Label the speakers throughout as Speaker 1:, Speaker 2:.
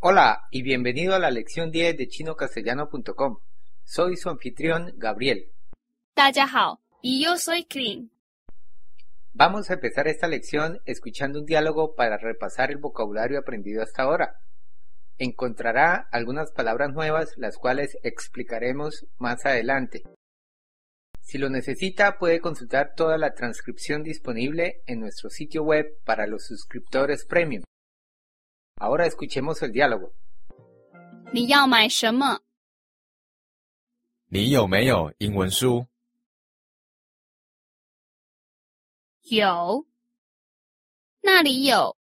Speaker 1: Hola y bienvenido a la lección 10 de chinocastellano.com. Soy su anfitrión, Gabriel.
Speaker 2: 大家好，Yo soy Clean。
Speaker 1: Vamos a empezar esta lección escuchando un diálogo para repasar el vocabulario aprendido hasta ahora. Encontrará algunas palabras nuevas las cuales explicaremos más adelante. Si lo necesita puede consultar toda la transcripción disponible en nuestro sitio web para los suscriptores premium. Ahora escuchemos el diálogo.
Speaker 2: 你要买什么？
Speaker 3: 你有没有英文书？
Speaker 2: 有，那里有，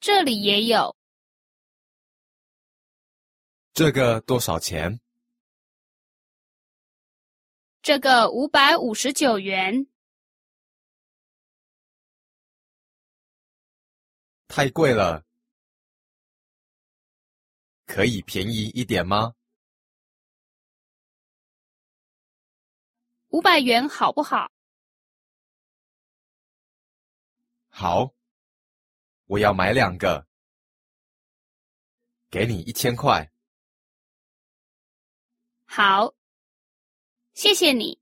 Speaker 2: 这里也有，
Speaker 3: 这个多少钱？
Speaker 2: 这个五百五十九元，
Speaker 3: 太贵了，可以便宜一点吗？
Speaker 2: 五百元好不好？
Speaker 3: 好，我要买两个，给你一千块。
Speaker 2: 好，谢谢你，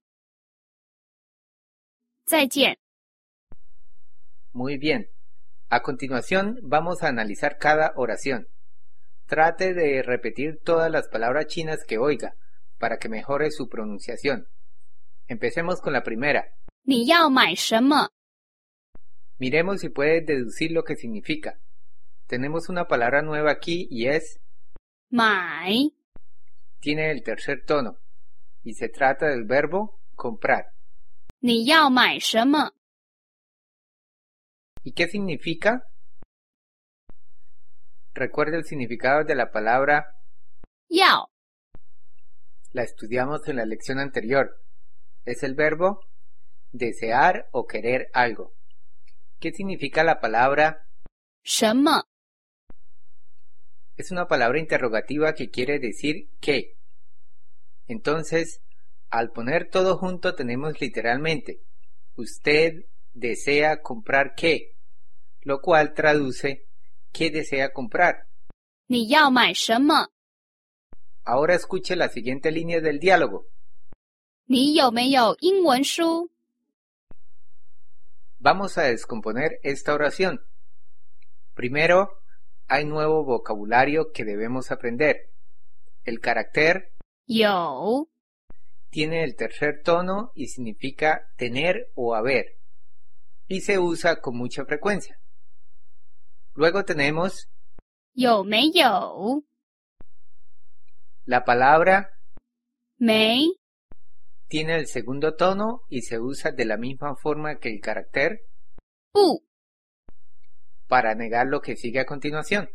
Speaker 2: 再见。
Speaker 1: Muy bien. A continuación vamos a analizar cada oración. Trate de repetir todas las palabras chinas que oiga para que mejore su pronunciación. Empecemos con la primera.
Speaker 2: 你要买什么？
Speaker 1: Miremos si puede deducir lo que significa. Tenemos una palabra nueva aquí y es
Speaker 2: 买，
Speaker 1: tiene el tercer tono y se trata del verbo comprar.
Speaker 2: 你要买什么？
Speaker 1: ¿Y qué significa? Recuerda el significado de la palabra,
Speaker 2: 要
Speaker 1: la estudiamos en la lección anterior. Es el verbo desear o querer algo. ¿Qué significa la palabra?
Speaker 2: 什么？
Speaker 1: Es una palabra interrogativa que quiere decir qué. Entonces, al poner todo junto tenemos literalmente, usted desea comprar qué, lo cual traduce qué desea comprar.
Speaker 2: 你要买什么？
Speaker 1: Ahora escuche la siguiente línea del diálogo.
Speaker 2: 你有没有英文书？
Speaker 1: Vamos a descomponer esta oración. Primero, hay nuevo vocabulario que debemos aprender. El carácter
Speaker 2: 有，
Speaker 1: tiene el tercer tono y significa tener o haber, y se usa con mucha frecuencia. Luego tenemos
Speaker 2: 有没有？
Speaker 1: la palabra
Speaker 2: 没
Speaker 1: tiene el segundo tono y se usa de la misma forma que el carácter
Speaker 2: 不，
Speaker 1: para negar lo que sigue a continuación.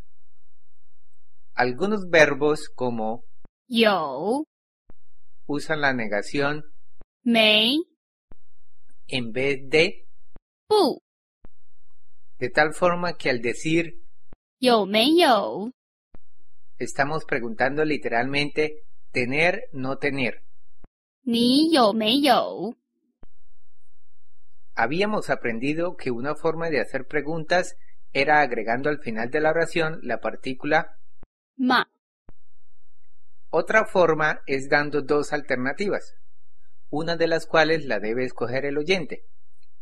Speaker 1: Algunos verbos como
Speaker 2: 有
Speaker 1: usan la negación
Speaker 2: 没
Speaker 1: en vez de,
Speaker 2: 不，
Speaker 1: de tal forma que al decir
Speaker 2: 有没有？
Speaker 1: estamos preguntando literalmente tener, no tener.
Speaker 2: 你有没有？
Speaker 1: Habíamos aprendido que una forma de hacer preguntas era agregando al final de la oración la partícula.
Speaker 2: 买
Speaker 1: Otra forma es dando dos alternativas, una de las cuales la debe escoger el oyente.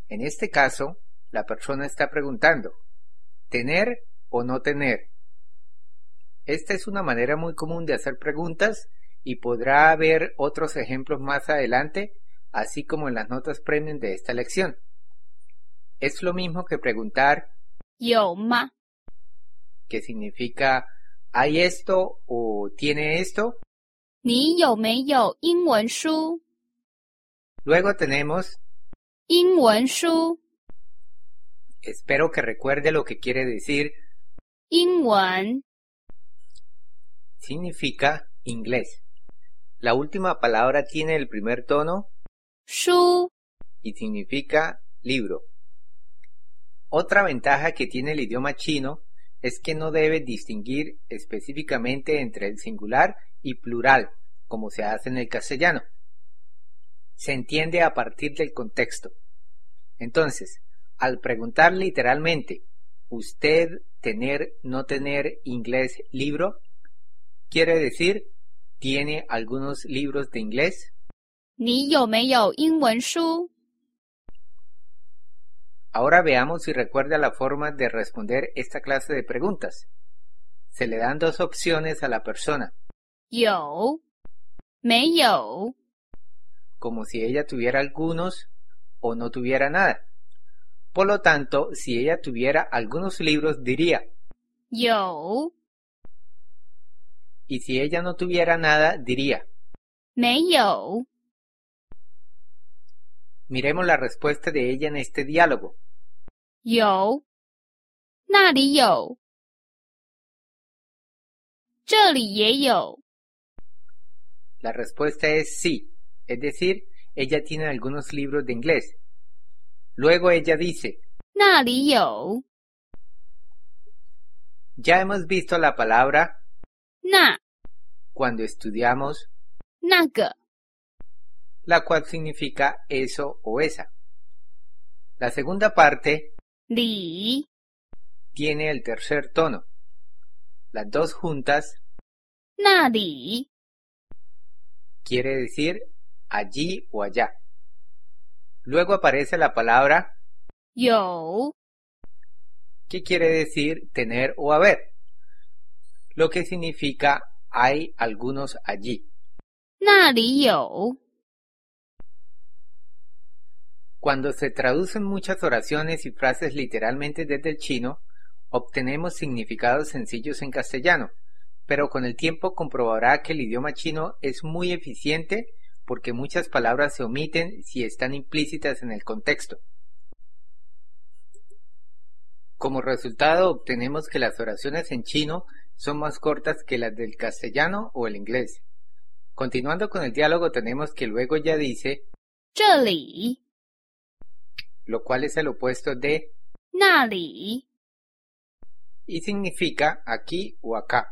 Speaker 1: En este caso, la persona está preguntando, ¿tener o no tener? Esta es una manera muy común de hacer preguntas y podrá haber otros ejemplos más adelante, así como en las notas premium de esta lección. Es lo mismo que preguntar
Speaker 2: 有吗？
Speaker 1: que significa hay esto o tiene esto.
Speaker 2: 你有没有英文书？
Speaker 1: Luego tenemos
Speaker 2: 英文书，
Speaker 1: espero que recuerde lo que quiere decir
Speaker 2: 英文，
Speaker 1: significa inglés. La última palabra tiene el primer tono
Speaker 2: 书，
Speaker 1: y significa libro. Otra ventaja que tiene el idioma chino es que no debe distinguir específicamente entre el singular y plural, como se hace en el castellano. Se entiende a partir del contexto. Entonces, al preguntar literalmente, ¿usted tener, no tener inglés libro quiere decir tiene algunos libros de inglés.
Speaker 2: 你有没有英文书？
Speaker 1: Ahora veamos si recuerda la forma de responder esta clase de preguntas. Se le dan dos opciones a la persona,
Speaker 2: 有，没有？
Speaker 1: como si ella tuviera algunos o no tuviera nada. Por lo tanto, si ella tuviera algunos libros diría,
Speaker 2: 有，
Speaker 1: y si ella no tuviera nada diría.
Speaker 2: 没有？
Speaker 1: Miremos la respuesta de ella en este diálogo.
Speaker 2: 有，那里有，这里也有。
Speaker 1: La respuesta es sí, es decir, ella tiene algunos libros de inglés. Luego ella dice,
Speaker 2: 那里有，
Speaker 1: ya hemos visto la palabra
Speaker 2: 那
Speaker 1: cuando estudiamos
Speaker 2: 那个
Speaker 1: la cual significa eso o esa. La segunda parte
Speaker 2: 里
Speaker 1: tiene el tercer tono. Las dos juntas
Speaker 2: 那里
Speaker 1: quiere decir allí o allá. Luego aparece la palabra
Speaker 2: 有
Speaker 1: que quiere decir tener o haber, lo que significa hay algunos allí.
Speaker 2: 那里有，
Speaker 1: Cuando se traducen muchas oraciones y frases literalmente desde el chino, obtenemos significados sencillos en castellano, pero con el tiempo comprobará que el idioma chino es muy eficiente porque muchas palabras se omiten si están implícitas en el contexto. Como resultado, obtenemos que las oraciones en chino son más cortas que las del castellano o el inglés. Continuando con el diálogo, tenemos que luego ya dice,
Speaker 2: 这里
Speaker 1: lo cual es el opuesto de
Speaker 2: 那里
Speaker 1: y significa aquí o acá.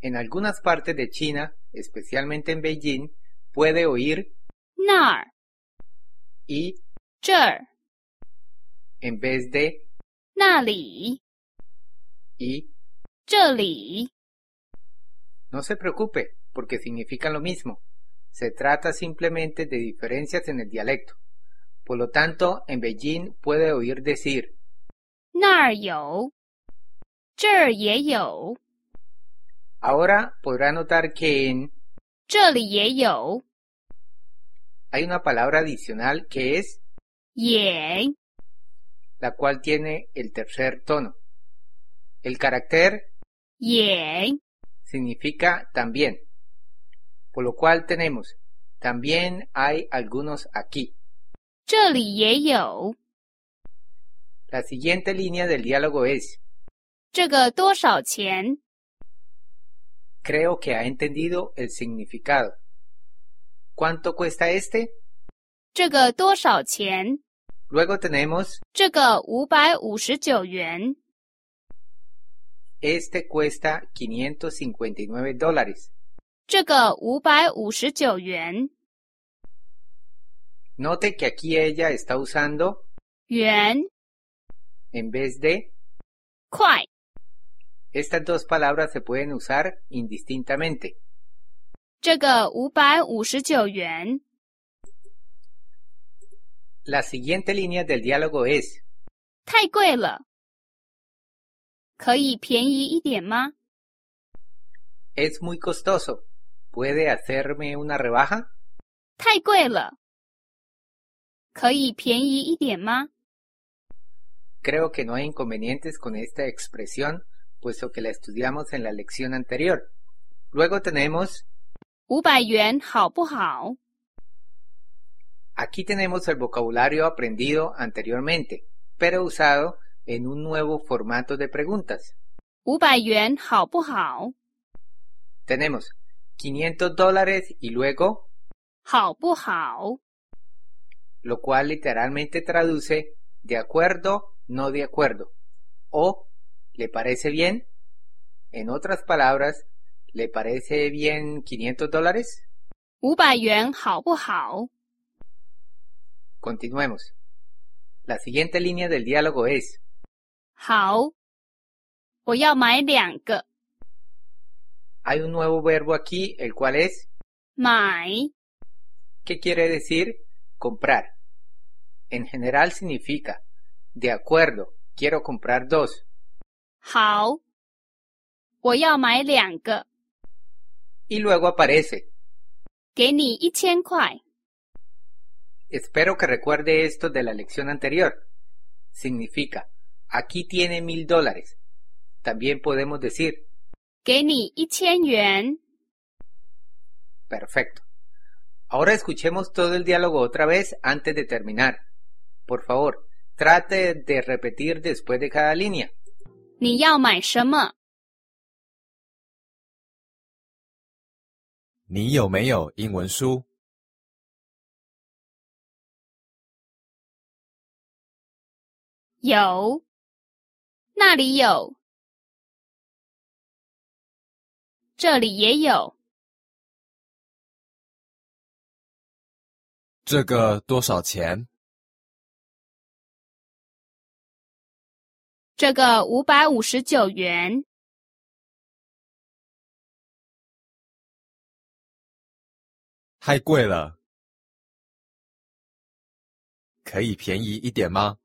Speaker 1: En algunas partes de China, especialmente en Beijing, puede oír
Speaker 2: 那儿
Speaker 1: y
Speaker 2: 这儿
Speaker 1: en vez de
Speaker 2: 那里
Speaker 1: y.
Speaker 2: 这里
Speaker 1: No se preocupe, porque significan lo mismo. Se trata simplemente de diferencias en el dialecto. Por lo tanto, en Beijing puede oír decir
Speaker 2: 那儿有，这儿也有，
Speaker 1: Ahora podrá notar que en
Speaker 2: 这里也有，
Speaker 1: hay una palabra adicional que es
Speaker 2: 也
Speaker 1: la cual tiene el tercer tono. El carácter
Speaker 2: 也
Speaker 1: significa también. Por lo cual tenemos, también hay algunos aquí.
Speaker 2: 这里也有，
Speaker 1: La siguiente línea del diálogo es,
Speaker 2: 这个多少钱？
Speaker 1: creo que ha entendido el significado. ¿Cuánto cuesta este?
Speaker 2: 这个多少钱？
Speaker 1: Luego tenemos,
Speaker 2: 这个五百五十九元，
Speaker 1: este cuesta 559 dólares.
Speaker 2: 这个五百五十九元
Speaker 1: Note que aquí ella está usando,
Speaker 2: 元
Speaker 1: en vez de,
Speaker 2: 块，
Speaker 1: estas dos palabras se pueden usar indistintamente.
Speaker 2: 这个五百五十九元，
Speaker 1: La siguiente línea del diálogo es,
Speaker 2: 太贵了，可以便宜一点吗？
Speaker 1: Es muy costoso. ¿Puede hacerme una rebaja?
Speaker 2: 太贵了，可以便宜一点吗？
Speaker 1: Creo que no hay inconvenientes con esta expresión, puesto que la estudiamos en la lección anterior. Luego tenemos,
Speaker 2: 五百元好不好？
Speaker 1: aquí tenemos el vocabulario aprendido anteriormente, pero usado en un nuevo formato de preguntas.
Speaker 2: 五百元好不好？
Speaker 1: Tenemos 500 dólares y luego,
Speaker 2: 好不好？
Speaker 1: lo cual literalmente traduce de acuerdo, no de acuerdo. O, ¿le parece bien? En otras palabras, ¿le parece bien 500 dólares?
Speaker 2: 五百元好不好？
Speaker 1: Continuemos. La siguiente línea del diálogo es,
Speaker 2: 好，我要买两个。
Speaker 1: Hay un nuevo verbo aquí, el cual es
Speaker 2: 买
Speaker 1: ¿Qué quiere decir comprar? En general significa, de acuerdo, quiero comprar dos.
Speaker 2: 好，我要买两个，
Speaker 1: Y luego aparece,
Speaker 2: 给你一千块。
Speaker 1: espero que recuerde esto de la lección anterior. Significa, aquí tiene mil dólares. También podemos decir,
Speaker 2: 给你一千元，
Speaker 1: perfecto. Ahora escuchemos todo el diálogo otra vez antes de terminar. Por favor, trate de repetir después de cada línea.
Speaker 2: 你要买什么？
Speaker 3: 你有没有英文书？
Speaker 2: 有，那里有，这里也有，
Speaker 3: 这个多少钱？
Speaker 2: 这个五百五十九元，
Speaker 3: 太贵了，可以便宜一点吗？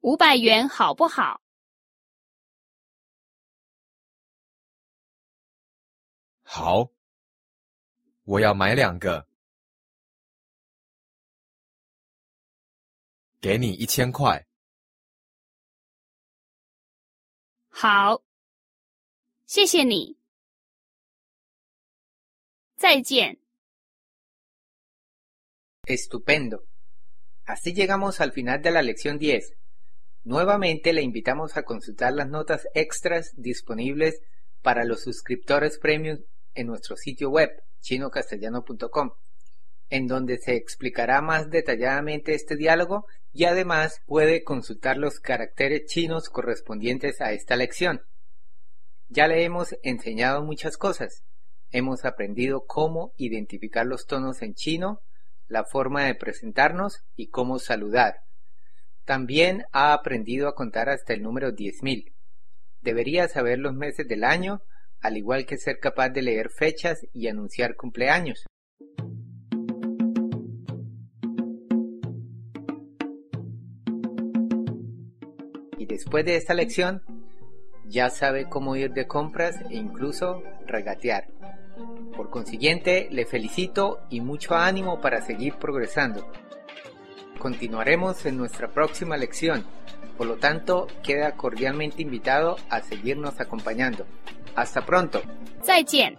Speaker 2: 五百元好不好？
Speaker 3: 好，我要买两个，给你一千块。
Speaker 2: 好，谢谢你，再见。
Speaker 1: Estupendo. Así llegamos al final de la lección 10. Nuevamente le invitamos a consultar las notas extras disponibles para los suscriptores premium en nuestro sitio web chinocastellano.com, en donde se explicará más detalladamente este diálogo y además puede consultar los caracteres chinos correspondientes a esta lección. Ya le hemos enseñado muchas cosas. Hemos aprendido cómo identificar los tonos en chino, la forma de presentarnos y cómo saludar. También ha aprendido a contar hasta el número 10.000. Debería saber los meses del año, al igual que ser capaz de leer fechas y anunciar cumpleaños. Y después de esta lección, ya sabe cómo ir de compras e incluso regatear. Por consiguiente, le felicito y mucho ánimo para seguir progresando. Continuaremos en nuestra próxima lección, por lo tanto, queda cordialmente invitado a seguirnos acompañando. Hasta pronto.
Speaker 2: 再见。